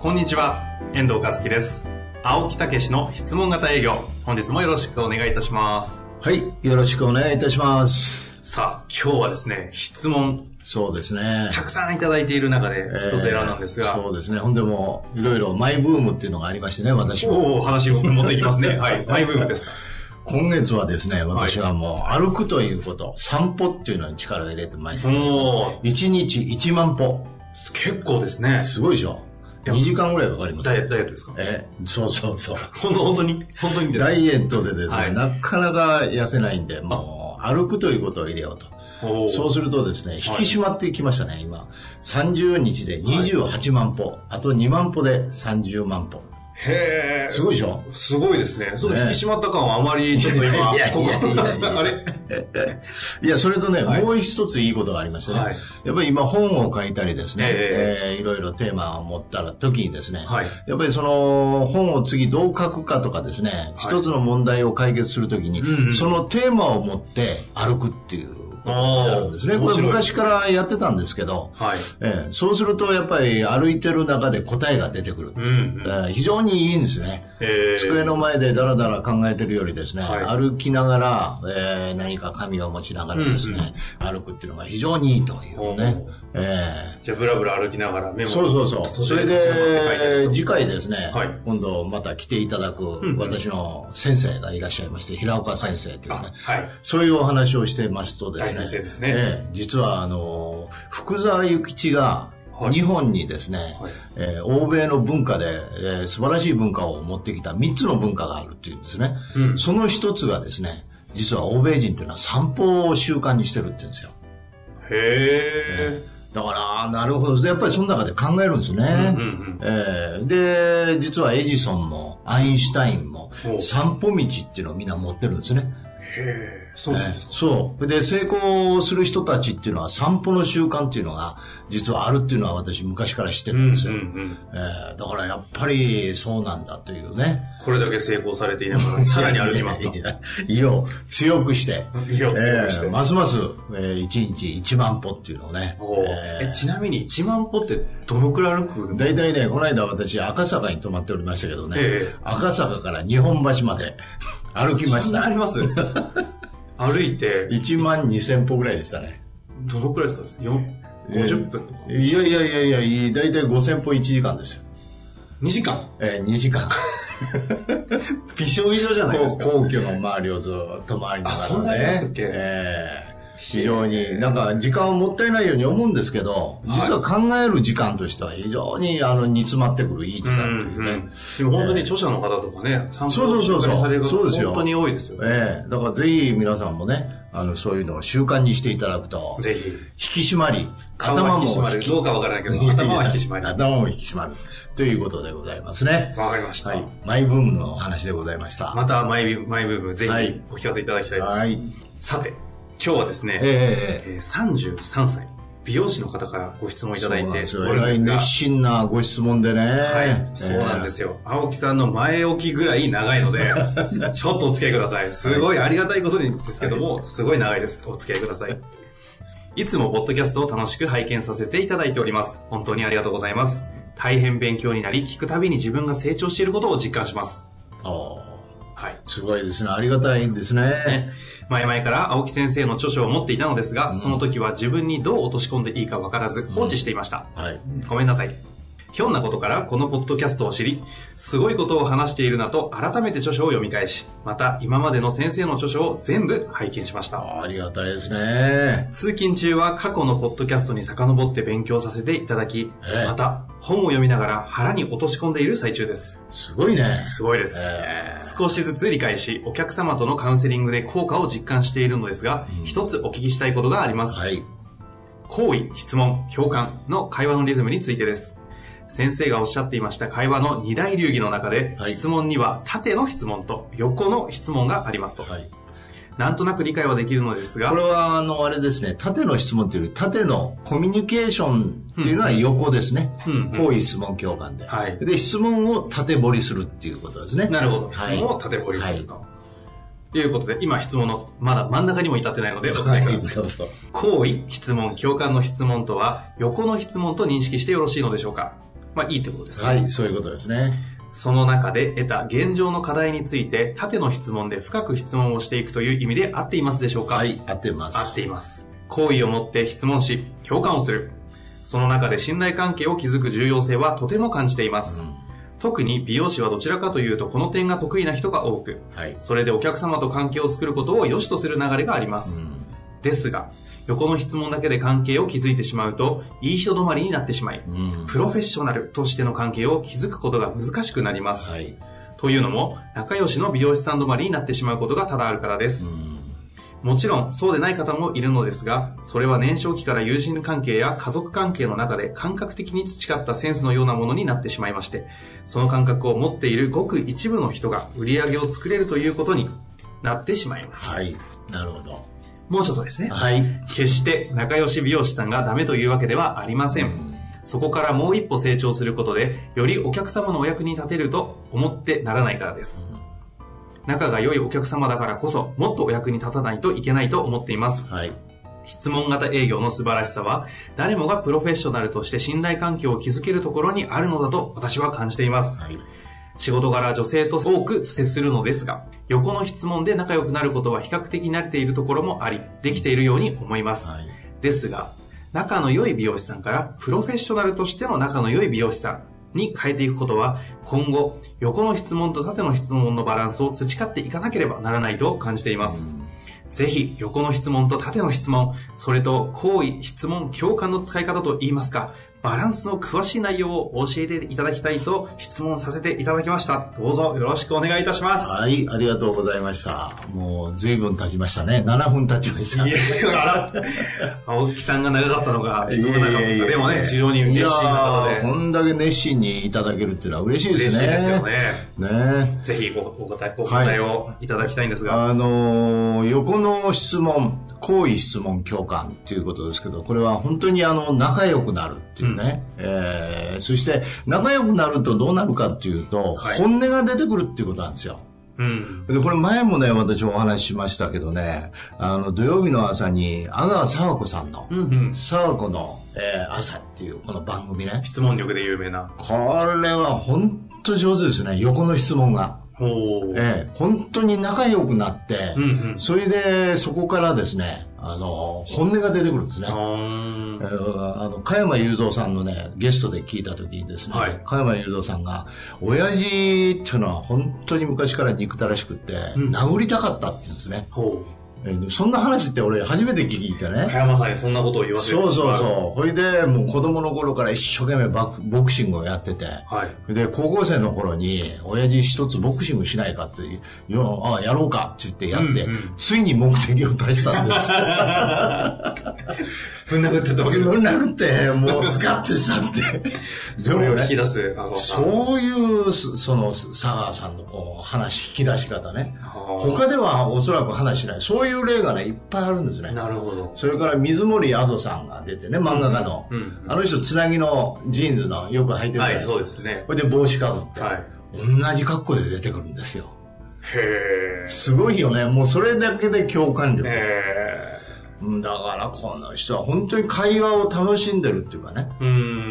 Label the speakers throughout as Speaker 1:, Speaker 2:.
Speaker 1: こんにちは、遠藤和樹です。青木武しの質問型営業、本日もよろしくお願いいたします。
Speaker 2: はい、よろしくお願いいたします。
Speaker 1: さあ、今日はですね、質問、
Speaker 2: そうですね。
Speaker 1: たくさんいただいている中で、一つ選んだんですが、
Speaker 2: そうですね。ほんでもう、いろいろマイブームっていうのがありましてね、私も。
Speaker 1: おお、話を持っていき ますね。はい、マイブームですか。
Speaker 2: 今月はですね、私はもう、歩くということ、散歩っていうのに力を入れてましてです
Speaker 1: お
Speaker 2: ね
Speaker 1: ー、
Speaker 2: 1日1万歩。
Speaker 1: 結構ですね。
Speaker 2: すごいでしょ。
Speaker 1: いや
Speaker 2: 2時間ぐらいかかります
Speaker 1: ダイエ。ダイエットですか
Speaker 2: え、そうそうそう。
Speaker 1: 本当本当に、本当にです
Speaker 2: ダイエットでですね、
Speaker 1: はい
Speaker 2: なかなか痩せないんで、もう、歩くということを入れようと。
Speaker 1: おー
Speaker 2: そうするとですね、引き締まってきましたね、今。30日で28万歩、あと2万歩で30万歩。
Speaker 1: へえ。
Speaker 2: すごいでしょ
Speaker 1: すごいですね。その引
Speaker 2: ね
Speaker 1: き締まった感はあまり、ちょっと今、
Speaker 2: いやいや
Speaker 1: ここ
Speaker 2: いやいやいや
Speaker 1: あれ
Speaker 2: いや、それとね、
Speaker 1: はい
Speaker 2: もう一ついいことがありましてね、
Speaker 1: はい
Speaker 2: やっぱり今本を書いたりですね、
Speaker 1: え
Speaker 2: えーいろいろテーマを持ったら時にですね、
Speaker 1: はい
Speaker 2: やっぱりその本を次どう書くかとかですね、一つの問題を解決するときに、
Speaker 1: うんうん
Speaker 2: そのテーマを持って歩くっていうことになるんですね。
Speaker 1: おー
Speaker 2: こ
Speaker 1: 面
Speaker 2: れ
Speaker 1: 白い
Speaker 2: 昔からやってたんですけど、
Speaker 1: はい。
Speaker 2: ええそうするとやっぱり歩いてる中で答えが出てくる。
Speaker 1: うんうん
Speaker 2: ええ非常にいいんですね。
Speaker 1: えー
Speaker 2: 机の前でだらだら考えてるよりですね、
Speaker 1: はい
Speaker 2: 歩きながら、えー何か紙を持ちながらですね、歩くっていうのが非常にいいというね
Speaker 1: おー。
Speaker 2: えー
Speaker 1: じゃあ、ブラブラ歩きながらメモ
Speaker 2: そうそうそう。
Speaker 1: 途
Speaker 2: それ
Speaker 1: 中で持ち上がって書いてあ
Speaker 2: で、
Speaker 1: る
Speaker 2: 次回ですね、
Speaker 1: はい
Speaker 2: 今度また来ていただ
Speaker 1: んう
Speaker 2: く
Speaker 1: ん
Speaker 2: 私の先生がいらっしゃいまして、平岡先生というね、
Speaker 1: あはい。
Speaker 2: そういうお話をしてますとですね。
Speaker 1: 大先生ですね
Speaker 2: ええ実は、あの、福沢諭吉が
Speaker 1: はい
Speaker 2: 日本にですね、
Speaker 1: はい
Speaker 2: ええ欧米の文化で、ええ素晴らしい文化を持ってきた3つの文化があるっていうんですね。
Speaker 1: うん
Speaker 2: その一つがですね、実は欧米人というのは散歩を習慣にしてるって言うんですよ。
Speaker 1: へえ。
Speaker 2: だから、なるほど。やっぱりその中で考えるんですね。
Speaker 1: うんうん
Speaker 2: ええで、実はエジソンもアインシュタインも
Speaker 1: お
Speaker 2: 散歩道っていうのをみんな持ってるんですね。
Speaker 1: へえ。そうなんですか。
Speaker 2: そう。で、成功する人たちっていうのは散歩の習慣っていうのが実はあるっていうのは私昔から知ってた
Speaker 1: うんうんん
Speaker 2: ですよ。
Speaker 1: うん。
Speaker 2: えーだからやっぱりそうなんだというね。
Speaker 1: これだけ成功されていな がら、さらに歩きますか
Speaker 2: い。や意を強くして。
Speaker 1: 意を強くして
Speaker 2: えーますます、えー一日1万歩っていうのをね。
Speaker 1: おー
Speaker 2: えー
Speaker 1: えちなみに1万歩ってどのくらい歩く
Speaker 2: 大体ね、この間私、赤坂に泊まっておりましたけどね、
Speaker 1: ええ
Speaker 2: 赤坂から日本橋まで 歩きま
Speaker 1: そ
Speaker 2: し
Speaker 1: ん なあ
Speaker 2: た
Speaker 1: り。ます歩いて、
Speaker 2: 1万2000歩ぐらいでしたね。
Speaker 1: どのくらいですかよん ?50 分とか。
Speaker 2: えーいやいやいやいや、大体5000歩1時間ですよ。
Speaker 1: 2時間
Speaker 2: えー、2時間。
Speaker 1: びしょびしょじゃないです
Speaker 2: 皇
Speaker 1: か。
Speaker 2: 皇居の周りをずっと回りな
Speaker 1: あそん
Speaker 2: が
Speaker 1: なにありま
Speaker 2: ら
Speaker 1: すっ
Speaker 2: ね。
Speaker 1: け
Speaker 2: えー非常に、なんか時間をもったいないように思うんですけど、
Speaker 1: はい
Speaker 2: 実は考える時間としては非常にあの煮詰まってくるいい時
Speaker 1: うん
Speaker 2: 間といううんね。
Speaker 1: でも本当に著者の方とかね、散歩
Speaker 2: そうそうそうそう
Speaker 1: される方
Speaker 2: そうですよ
Speaker 1: 本当に多いですよね。
Speaker 2: ええだからぜひ皆さんもね、あの、そういうのを習慣にしていただくと、
Speaker 1: ぜひ。
Speaker 2: 引き締まり、
Speaker 1: 顔は
Speaker 2: 頭も
Speaker 1: 引き締まる。どうかわからないけど、頭は引き締まる。
Speaker 2: 頭も引き締まる。ということでございますね。
Speaker 1: わかりました。
Speaker 2: はい。マイブームのお話でございました。
Speaker 1: またマイビマイブーム、ぜひ
Speaker 2: はい
Speaker 1: お聞かせいただきたいです。
Speaker 2: はい。
Speaker 1: さて、今日はですね、
Speaker 2: ええ
Speaker 1: えー33歳、美容師の方からご質問いただいておるんです
Speaker 2: そうなんですよえらい
Speaker 1: が、
Speaker 2: 熱心なご質問でね。。
Speaker 1: はい、そうなんですすよ。青木さんの前置きぐらい長いので、ちょっとお付き合いください。すごいありがたいことにですけども、すごい長いです。お付き合いください。いつもポッドキャストを楽しく拝見させていただいております。本当にありがとうございます。大変勉強になり、聞くたびに自分が成長していることを実感します。
Speaker 2: おー
Speaker 1: はい。
Speaker 2: すごいですね。ありがたいですね。
Speaker 1: ね前々から青木先生の著書を持っていたのですが、その時は自分にどう落とし込んでいいかわからず放置していました。
Speaker 2: はい。
Speaker 1: ごめんなさい。ひょんなことからこのポッドキャストを知り、すごいことを話しているなと改めて著書を読み返し、また今までの先生の著書を全部拝見しました。
Speaker 2: ありがたいですね。
Speaker 1: 通勤中は過去のポッドキャストに遡って勉強させていただき、
Speaker 2: ええ
Speaker 1: また本を読みながら腹に落とし込んでいる最中です。
Speaker 2: すごいね。
Speaker 1: すごいです、
Speaker 2: え
Speaker 1: 少しずつ理解し、お客様とのカウンセリングで効果を実感しているのですが、一つお聞きしたいことがあります。
Speaker 2: はい。
Speaker 1: 行為、質問、共感の会話のリズムについてです。先生がおっしゃっていました会話の二大流儀の中で、
Speaker 2: はい
Speaker 1: 質問には縦の質問と横の質問がありますと。
Speaker 2: はい。
Speaker 1: なんとなく理解はできるのですが、
Speaker 2: これは、あの、あれですね、縦の質問というより、縦のコミュニケーションっていうのは横ですね。
Speaker 1: うんうん
Speaker 2: 行為質問共感で、
Speaker 1: はい
Speaker 2: で、質問を縦掘りするっていうことですね。
Speaker 1: なるほど。質
Speaker 2: はい
Speaker 1: 問を縦掘りすると。ということで、今質問の、まだ真ん中にも至ってないので、お伝えく
Speaker 2: は
Speaker 1: だ
Speaker 2: い、
Speaker 1: さい。
Speaker 2: どうぞ。
Speaker 1: 行為、質問、共感の質問とは、横の質問と認識してよろしいのでしょうかまあ、いいってことですね。
Speaker 2: はい、そういうことですね。
Speaker 1: その中で得た現状の課題について、縦の質問で深く質問をしていくという意味で合っていますでしょうか
Speaker 2: はい、合ってます。
Speaker 1: 合っています。好意を持って質問し、共感をする。その中で信頼関係を築く重要性はとても感じています。特に美容師はどちらかというとこの点が得意な人が多く、
Speaker 2: はい。
Speaker 1: それでお客様と関係を作ることを良しとする流れがありま
Speaker 2: う
Speaker 1: す。
Speaker 2: ん
Speaker 1: ですが、横の質問だけで関係を築いてしまうと、いい人止まりになってしまい、
Speaker 2: うん。
Speaker 1: プロフェッショナルとしての関係を築くことが難しくなります。
Speaker 2: はい。
Speaker 1: というのも、仲良しの美容師さん止まりになってしまうことが多々あるからです。もちろん、そうでない方もいるのですが、それは年少期から友人関係や家族関係の中で感覚的に培ったセンスのようなものになってしまいまして、その感覚を持っているごく一部の人が売り上げを作れるということになってしまいます。
Speaker 2: はい。なるほど。
Speaker 1: もう一つですね。
Speaker 2: はい。
Speaker 1: 決して仲良し美容師さんがダメというわけではありません。そこからもう一歩成長することで、よりお客様のお役に立てると思ってならないからです。仲が良いお客様だからこそ、もっとお役に立たないといけないと思っています。
Speaker 2: はい。
Speaker 1: 質問型営業の素晴らしさは、誰もがプロフェッショナルとして信頼関係を築けるところにあるのだと私は感じています。
Speaker 2: はい。
Speaker 1: 仕事柄女性と多く接するのですが、横の質問で仲良くなることは比較的慣れているところもあり、できているように思います。
Speaker 2: はい。
Speaker 1: ですが、仲の良い美容師さんからプロフェッショナルとしての仲の良い美容師さんに変えていくことは、今後、横の質問と縦の質問のバランスを培っていかなければならないと感じています。ぜひ、横の質問と縦の質問、それと行為、質問、共感の使い方といいますか、バランスの詳しい内容を教えていただきたいと質問させていただきました。どうぞよろしくお願いいたします。
Speaker 2: はい、ありがとうございました。もう、随分経ちましたね。7分経ちました。
Speaker 1: いや、あら、青木さんが長かったのが、質問が長かっ
Speaker 2: いえいえい
Speaker 1: た。
Speaker 2: え
Speaker 1: でもね、非常に嬉しい方
Speaker 2: いやー
Speaker 1: で。
Speaker 2: こんだけ熱心にいただけるっていうのは嬉しいで
Speaker 1: 嬉し
Speaker 2: す
Speaker 1: い
Speaker 2: ね。
Speaker 1: ですよね。
Speaker 2: ね
Speaker 1: ぜひごお答え、ご答えをいただきたいんですが、
Speaker 2: あのー横の質問、好意質問共感ということですけど、これは本当にあの、仲良くなるっていうね。えーそして、仲良くなるとどうなるかっていうと、
Speaker 1: はい
Speaker 2: 本音が出てくるっていうことなんですよ。
Speaker 1: うん。
Speaker 2: で、これ前もね、私お話ししましたけどね、あの、土曜日の朝に、阿川佐和子さんの、
Speaker 1: うんうん。
Speaker 2: 佐和子の、えー朝っていうこの番組ね。
Speaker 1: 質問力で有名な。
Speaker 2: これは本当上手ですね、横の質問が。
Speaker 1: おー。
Speaker 2: ええ本当に仲良くなって、
Speaker 1: うんうん
Speaker 2: それでそこからですね、あの、本音が出てくるんですね。
Speaker 1: あー
Speaker 2: えーあの、加山雄三さんのね、ゲストで聞いた時にですね、
Speaker 1: はい
Speaker 2: 加山雄三さんが、親父っていうのは本当に昔から憎たらしくて、
Speaker 1: うん
Speaker 2: 殴りたかったって言うんですね。
Speaker 1: ほ
Speaker 2: えーそんな話って俺初めて聞いた
Speaker 1: う。
Speaker 2: ね。
Speaker 1: 葉山さんにそんなことを言わせる
Speaker 2: そうそうそう。ほいで、もう子供の頃から一生懸命バクボクシングをやってて、
Speaker 1: う。はい。
Speaker 2: で、高校生の頃に、親父一つボクシングしないかっていう、よあやろうかって言ってやって、
Speaker 1: うんうん
Speaker 2: ついに目的を達したんです。
Speaker 1: ぶん殴ってたわけ
Speaker 2: 自
Speaker 1: です。
Speaker 2: 分なくて、もうスカッとしたって。
Speaker 1: それを引き出す、あの、
Speaker 2: そういう、そその、佐川さんのこう話、引き出し方ね。
Speaker 1: あー
Speaker 2: 他ではおそらく話しない。そういう例がね、いっぱいあるんですね。
Speaker 1: なるほど。
Speaker 2: それから水森アドさんが出てね、漫画家の。
Speaker 1: うんうん
Speaker 2: あの人、つなぎのジーンズのよく履いてるじゃな
Speaker 1: はいい、
Speaker 2: ですか。
Speaker 1: そうですね。
Speaker 2: これで帽子かぶって、
Speaker 1: はい
Speaker 2: 同じ格好で出てくるんですよ。
Speaker 1: へー。
Speaker 2: すごいよね。もうそれだけで共感力。
Speaker 1: へ
Speaker 2: うんだからこの人は本当に会話を楽しんでるっていうかね。
Speaker 1: ー。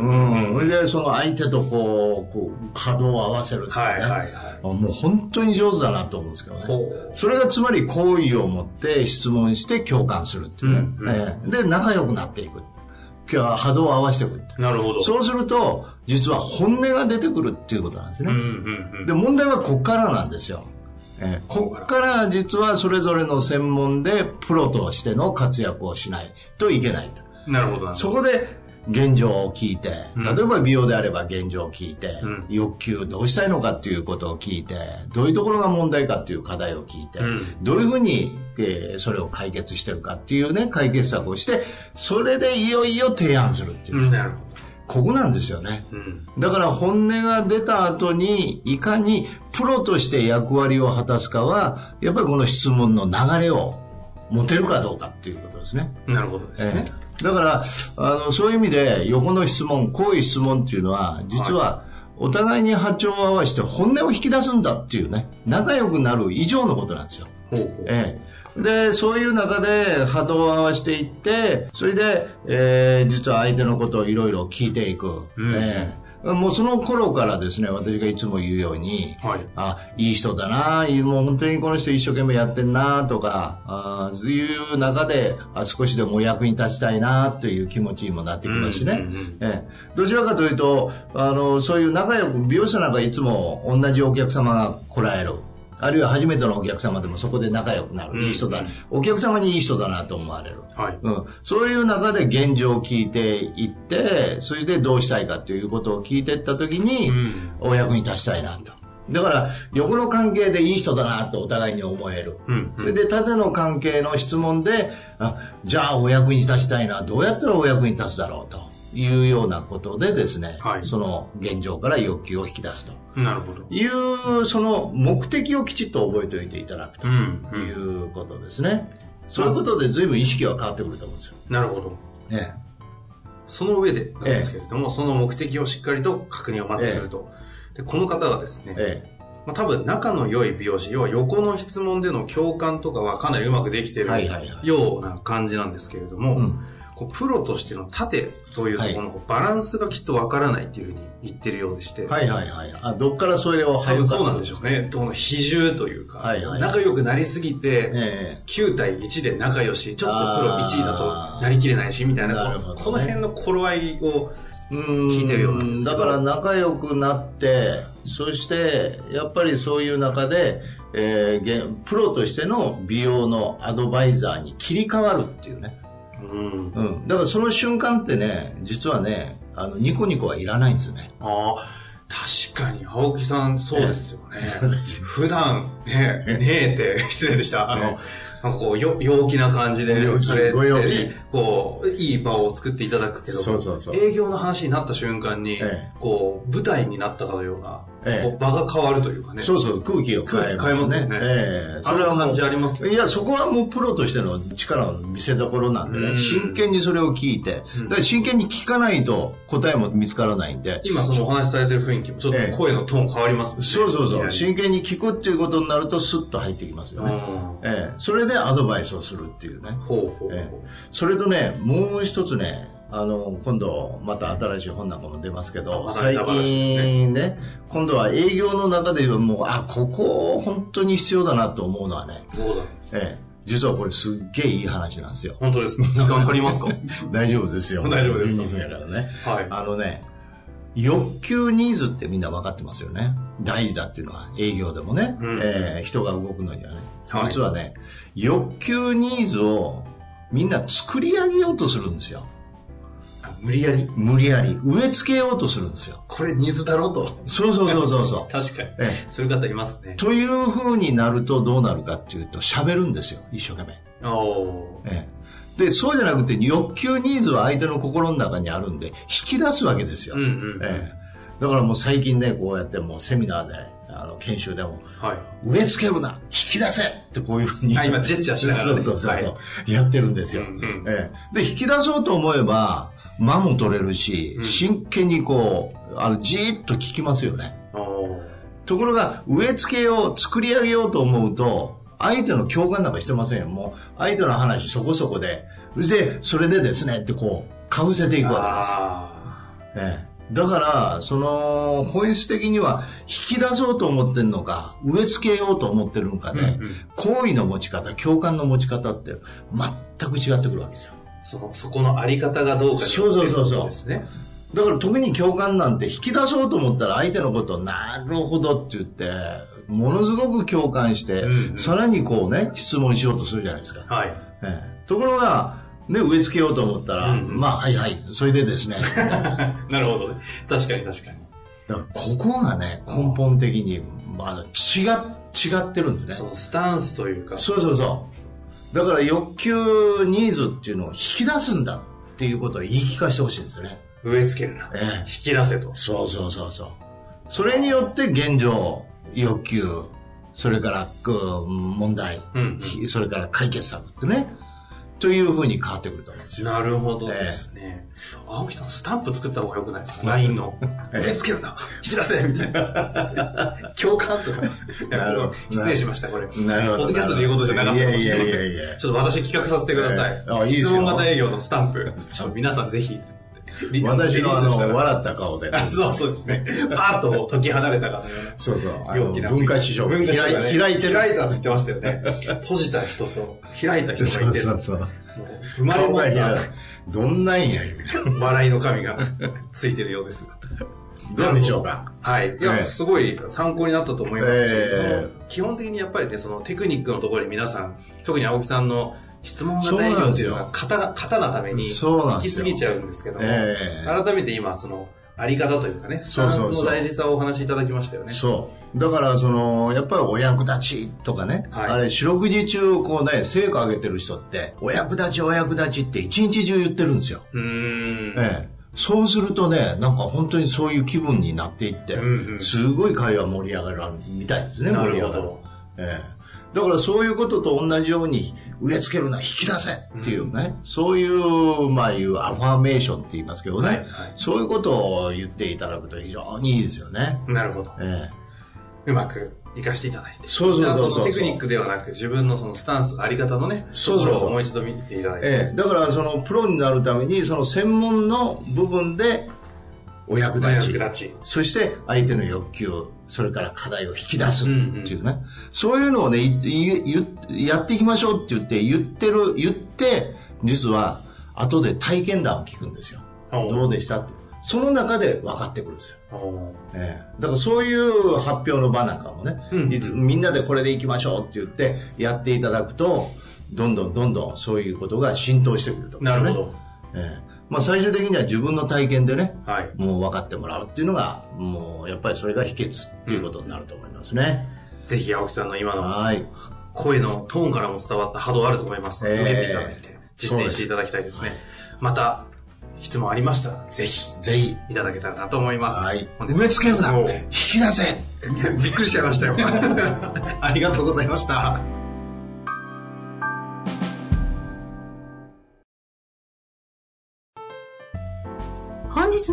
Speaker 1: うん。
Speaker 2: うん。それでその相手とこう、こう波動を合わせるっていう
Speaker 1: はい
Speaker 2: ね。
Speaker 1: はいはい。
Speaker 2: もう本当に上手だなと思うんですけどね。
Speaker 1: ほう。
Speaker 2: それがつまり好意を持って質問して共感するっていうね。
Speaker 1: うんうん
Speaker 2: ええで、仲良くなっていく。今日は波動を合わせていくって。
Speaker 1: なるほど。
Speaker 2: そうすると、実は本音が出てくるっていうことなんですね。
Speaker 1: うんうんうん。
Speaker 2: で、問題はこっからなんですよ。えーこっから実はそれぞれの専門でプロとしての活躍をしないといけないと。
Speaker 1: なるほどなるほど。
Speaker 2: そこで現状を聞いて、
Speaker 1: うん
Speaker 2: 例えば美容であれば現状を聞いて、
Speaker 1: うん
Speaker 2: 欲求どうしたいのかっていうことを聞いて、どういうところが問題かっていう課題を聞いて、
Speaker 1: うん
Speaker 2: どういうふうに、えーそれを解決してるかっていうね、解決策をして、それでいよいよ提案するっていう。
Speaker 1: うんなるほど。
Speaker 2: ここなんですよね。
Speaker 1: うん。
Speaker 2: だから本音が出た後にいかにプロとして役割を果たすかはやっぱりこの質問の流れを持てるかどうかっていうことですね。
Speaker 1: なるほどですね
Speaker 2: え。えだからあのそういう意味で横の質問好意質問っていうのは実はお互いに波長を合わせて本音を引き出すんだっていうね仲良くなる以上のことなんですよ。
Speaker 1: ほうほう。
Speaker 2: ええ、でそういう中で波動を合わせていってそれで、えー実は相手のことをいろいろ聞いていく、
Speaker 1: うん
Speaker 2: ええもうその頃からですね私がいつも言うように、
Speaker 1: はい。
Speaker 2: あいい人だないいもう本当にこの人一生懸命やってんなとかあーそういう中であ少しでもお役に立ちたいなという気持ちにもなってきますしね、
Speaker 1: うんうんうん
Speaker 2: ええ、どちらかというとあのそういう仲良く美容師なんかいつも同じお客様が来られるあるいは初めてのお客様でもそこで仲良くな
Speaker 1: うん
Speaker 2: るいい人だ、お客様にいい人だなと思われる
Speaker 1: はい。
Speaker 2: うん、そういう中で現状を聞いていってそれでどうしたいかということを聞いていった時に、
Speaker 1: うん
Speaker 2: お役に立ちたいなとだから横の関係でいい人だなとお互いに思える、
Speaker 1: うん
Speaker 2: それで縦の関係の質問であじゃあお役に立ちたいなどうやったらお役に立つだろうというようなことでですね、
Speaker 1: はい
Speaker 2: その現状から欲求を引き出すと
Speaker 1: なるほど。
Speaker 2: いうその目的をきちっと覚えておいていただく
Speaker 1: う
Speaker 2: と
Speaker 1: ん、う
Speaker 2: い
Speaker 1: ん。
Speaker 2: うことですね、そういうことで随分意識は変わってくると思うんですよ
Speaker 1: なるほど。
Speaker 2: ね
Speaker 1: その上でなんですけれども、その目的をしっかりと確認をまずすると。で、この方がですね、
Speaker 2: え
Speaker 1: まあ、多分仲の良い美容師、要は横の質問での共感とかはかなりうまくできてる
Speaker 2: はいはいはい
Speaker 1: ような感じなんですけれども、
Speaker 2: うん
Speaker 1: こうプロとしての盾というところのこうバランスがきっとわからないっていうふうに言ってるようでして、
Speaker 2: えはいはいはいあどっからそれを
Speaker 1: 多分
Speaker 2: 入るか
Speaker 1: そうなんでしょうね。どの比重というか、
Speaker 2: はいはい
Speaker 1: 仲良くなりすぎて、
Speaker 2: え
Speaker 1: 9対1で仲良し、ちょっとプロ1位だ
Speaker 2: あ
Speaker 1: と
Speaker 2: ー
Speaker 1: なりきれないし、みたいな
Speaker 2: なるほどね
Speaker 1: この辺の頃合いを、
Speaker 2: え
Speaker 1: 聞いてるようなんですけど
Speaker 2: だから仲良くなってそしてやっぱりそういう中で、えー現プロとしての美容のアドバイザーに切り替わるっていうね、
Speaker 1: うん、
Speaker 2: うん、だからその瞬間ってね実はねあのニコニコはいらないんですよね
Speaker 1: ああ、確かに、青木さん、そうですよ ね。普段、ね、ねえって、失礼でした。あの、
Speaker 2: ね
Speaker 1: なんかこう、よ陽気な感じで
Speaker 2: 陽気
Speaker 1: されて、
Speaker 2: ご陽気
Speaker 1: こう、いい場を作っていただくけど、
Speaker 2: そうそうそう
Speaker 1: 営業の話になった瞬間に、
Speaker 2: え
Speaker 1: こう、舞台になったかのような、
Speaker 2: ええ
Speaker 1: こう場が変わるというかね。
Speaker 2: そうそう空気を
Speaker 1: 空気変えますよね
Speaker 2: ええ
Speaker 1: あの
Speaker 2: もう
Speaker 1: 感じありますよ
Speaker 2: いやそこはもうプロとしての力の見せどころなんで
Speaker 1: う
Speaker 2: ね
Speaker 1: ん
Speaker 2: 真剣にそれを聞いてだから真剣に聞かないと答えも見つからないんで
Speaker 1: 今そのお話しされてる雰囲気も、ちょっ
Speaker 2: ええ
Speaker 1: と声のトーン変わりますもんね。
Speaker 2: そうそう
Speaker 1: いき
Speaker 2: そ
Speaker 1: な
Speaker 2: う
Speaker 1: り
Speaker 2: 真剣に聞くっていうことになるとスッと入ってきますよ
Speaker 1: う
Speaker 2: ね、
Speaker 1: ん。
Speaker 2: ええ、それでアドバイスをするっていうね
Speaker 1: ほうほうほう。
Speaker 2: ええそれとねもう一つねあの今度また新しい本なんかも出ますけど
Speaker 1: あ
Speaker 2: 最近ね今度は営業の中で言えばもうあここ本当に必要だなと思うのはね、
Speaker 1: どうだろう
Speaker 2: ええ、実はこれすっげえいい話なんですよ
Speaker 1: 本当ですか時間足ります か
Speaker 2: 大丈夫ですよ
Speaker 1: 大丈夫ですか
Speaker 2: 12分やからね
Speaker 1: はい。
Speaker 2: あのね欲求ニーズってみんな分かってますよね大事だっていうのは営業でもね、
Speaker 1: うん
Speaker 2: えー人が動くのにはね、
Speaker 1: はい
Speaker 2: 実はね欲求ニーズをみんな作り上げようとするんですよ
Speaker 1: 無理やり。
Speaker 2: 無理やり植え付けようとするんですよ
Speaker 1: これニーズだろうと。
Speaker 2: そうそうそうそうそう
Speaker 1: 確かに。
Speaker 2: ええ
Speaker 1: そういう方いますね。
Speaker 2: というふうになるとどうなるかっていうと喋るんですよ一生懸命
Speaker 1: おー
Speaker 2: ええでそうじゃなくて欲求ニーズは相手の心の中にあるんで引き出すわけですよ、
Speaker 1: うんうん。
Speaker 2: ええだからもう最近ねこうやってもうセミナーであの研修でも
Speaker 1: はい。
Speaker 2: 植え付けるな引き出せってこういうふうに
Speaker 1: あ今ジェスチャーしながらね
Speaker 2: そうそうそうそう、
Speaker 1: は
Speaker 2: やってるんですよ、
Speaker 1: うんうん
Speaker 2: ええで引き出そうと思えば間も取れるし、
Speaker 1: うん
Speaker 2: 真剣にこうあのじーっと聞きますよね
Speaker 1: お
Speaker 2: ところが植え付けを作り上げようと思うと相手の共感なんかしてませんよもう相手の話そこそこでそしてそれでですねってこうかぶせていくわけですよ
Speaker 1: あ
Speaker 2: ええだから、その、本質的には、引き出そうと思ってんのか、植え付けようと思ってるのかで、
Speaker 1: うんうん
Speaker 2: 好意の持ち方、共感の持ち方って、全く違ってくるわけです
Speaker 1: ー
Speaker 2: よ。
Speaker 1: その、そこのあり方がどうかによって
Speaker 2: そうそうそうそう
Speaker 1: ですね。
Speaker 2: だから、特に共感なんて、引き出そうと思ったら、相手のことを、なるほどって言って、ものすごく共感して、
Speaker 1: うんうん
Speaker 2: さらにこうね、質問しようとするじゃないですか。
Speaker 1: はい。
Speaker 2: ええところが、ね、植え付けようと思ったら、
Speaker 1: うんうん
Speaker 2: まあ、はいはい、それでですね。
Speaker 1: なるほどね。確かに確かに。
Speaker 2: だからここがね根本的に、まあ、違違ってるんですね
Speaker 1: そのスタンスというか、
Speaker 2: そうそうそうだから欲求ニーズっていうのを引き出すんだっていうことを言い聞かせてほしいんですよね
Speaker 1: 植え付けるな。
Speaker 2: ええ
Speaker 1: 引き出せと。
Speaker 2: そうそうそうそう。それによって現状、欲求、それから、うん問題、
Speaker 1: うん
Speaker 2: ひそれから解決策ってね、というふうに変わってくると思うんですよ。
Speaker 1: なるほどですね。青木さん、スタンプ作った方が良くないですか ?LINE の。植え付けるな引き出せみたいな。 共感とか。
Speaker 2: なるほど
Speaker 1: 失礼しました、これ。
Speaker 2: なるほど
Speaker 1: ポッドキャストの言うことじゃなかったかもしれません。
Speaker 2: いやいやいやいや
Speaker 1: ちょっと私企画させてください。
Speaker 2: ええあいいですよ
Speaker 1: 質問型営業のスタンプ。ちょっと皆さんぜひ。リ
Speaker 2: 私のあ
Speaker 1: リリースした
Speaker 2: の、
Speaker 1: ら
Speaker 2: 笑った顔で。
Speaker 1: あそうそうですね。パーッと解き放れたかのような
Speaker 2: そうそう。あの
Speaker 1: 容器な
Speaker 2: 文化市場が
Speaker 1: 文化市場が
Speaker 2: 開い開いてる。
Speaker 1: 開いたって言ってましたよね。閉じた人と開いた人
Speaker 2: そ
Speaker 1: がいうて、
Speaker 2: そうそう。
Speaker 1: もう生まれ
Speaker 2: 顔
Speaker 1: も
Speaker 2: が
Speaker 1: っ
Speaker 2: 開いてる
Speaker 1: た
Speaker 2: どんなんや言う
Speaker 1: 笑いの神がついてるようですが。
Speaker 2: どうでしょうか。
Speaker 1: はい。い
Speaker 2: ええ
Speaker 1: や、すごい参考になったと思いますし、
Speaker 2: ええ
Speaker 1: その基本的にやっぱりね、そのテクニックのところに皆さん、特に青木さんの質問がないよっていうのが型、型なために
Speaker 2: そう
Speaker 1: 行
Speaker 2: なんで
Speaker 1: き
Speaker 2: す
Speaker 1: 過
Speaker 2: よ
Speaker 1: ぎちゃうんですけども、
Speaker 2: ええ
Speaker 1: 改めて今、その、あり方というかね、ス
Speaker 2: そう
Speaker 1: タン
Speaker 2: そうそう
Speaker 1: スの大事さをお話しいただきましたよね。
Speaker 2: そう。だから、その、やっぱりお役立ちとかね、
Speaker 1: はい
Speaker 2: あれ、四六時中、こうね、成果上げてる人って、お役立ち、お役立ちって一日中言ってるんですよ。
Speaker 1: うーん。
Speaker 2: ええ。そうするとね、なんか本当にそういう気分になっていって、
Speaker 1: うんうん
Speaker 2: すごい会話盛り上がるみたいですね、
Speaker 1: な
Speaker 2: 盛り
Speaker 1: る
Speaker 2: 上
Speaker 1: ほ
Speaker 2: がる。
Speaker 1: ど。
Speaker 2: ええ。だからそういうことと同じように、植え付けるな、引き出せっていうね、そういう、まあいうアファーメーションって言いますけどね、
Speaker 1: はいはい
Speaker 2: そういうことを言っていただくと非常にいいですよね。
Speaker 1: なるほど。
Speaker 2: ええ。
Speaker 1: うまく活かしていただいて。
Speaker 2: そうそうそうそう
Speaker 1: だからのテクニックではなく、自分のそのスタンス、あり方のね、
Speaker 2: そうそうそう
Speaker 1: ところをもう一度見ていただいて。
Speaker 2: ええ、だからそのプロになるためにその専門の部分でお役
Speaker 1: お役
Speaker 2: 立ち
Speaker 1: 立ち。
Speaker 2: そして相手の欲求それから課題を引き出すっていうね、そういうのをねいいいやっていきましょうって言って言ってる言って実は後で体験談を聞くんですよ
Speaker 1: おう
Speaker 2: どうでしたってその中で分かってくるんですよ
Speaker 1: おー
Speaker 2: ええ、だからそういう発表の場なんかもね、
Speaker 1: うんうん
Speaker 2: いつみんなでこれでいきましょうって言ってやっていただくとどんどんどんどんそういうことが浸透してくると、
Speaker 1: なるほど。
Speaker 2: ええまあ、最終的には自分の体験でね
Speaker 1: はい。
Speaker 2: もう分かってもらうっていうのがもうやっぱりそれが秘訣っていうことになると思いますね、
Speaker 1: ぜひ青木さんの今の
Speaker 2: はい
Speaker 1: 声のトーンからも伝わった波動あると思いますので、
Speaker 2: ええ
Speaker 1: 受けていただいて、実践していただきたいですね。また、質問ありましたら、ぜひ、
Speaker 2: ぜひ
Speaker 1: いただけたらなと思います。
Speaker 2: はい
Speaker 1: 本日
Speaker 2: 植え付ける
Speaker 1: お
Speaker 2: な引
Speaker 1: う
Speaker 2: き出せ
Speaker 1: びっくりしちゃいました よ。ありがとうございました。
Speaker 3: 本日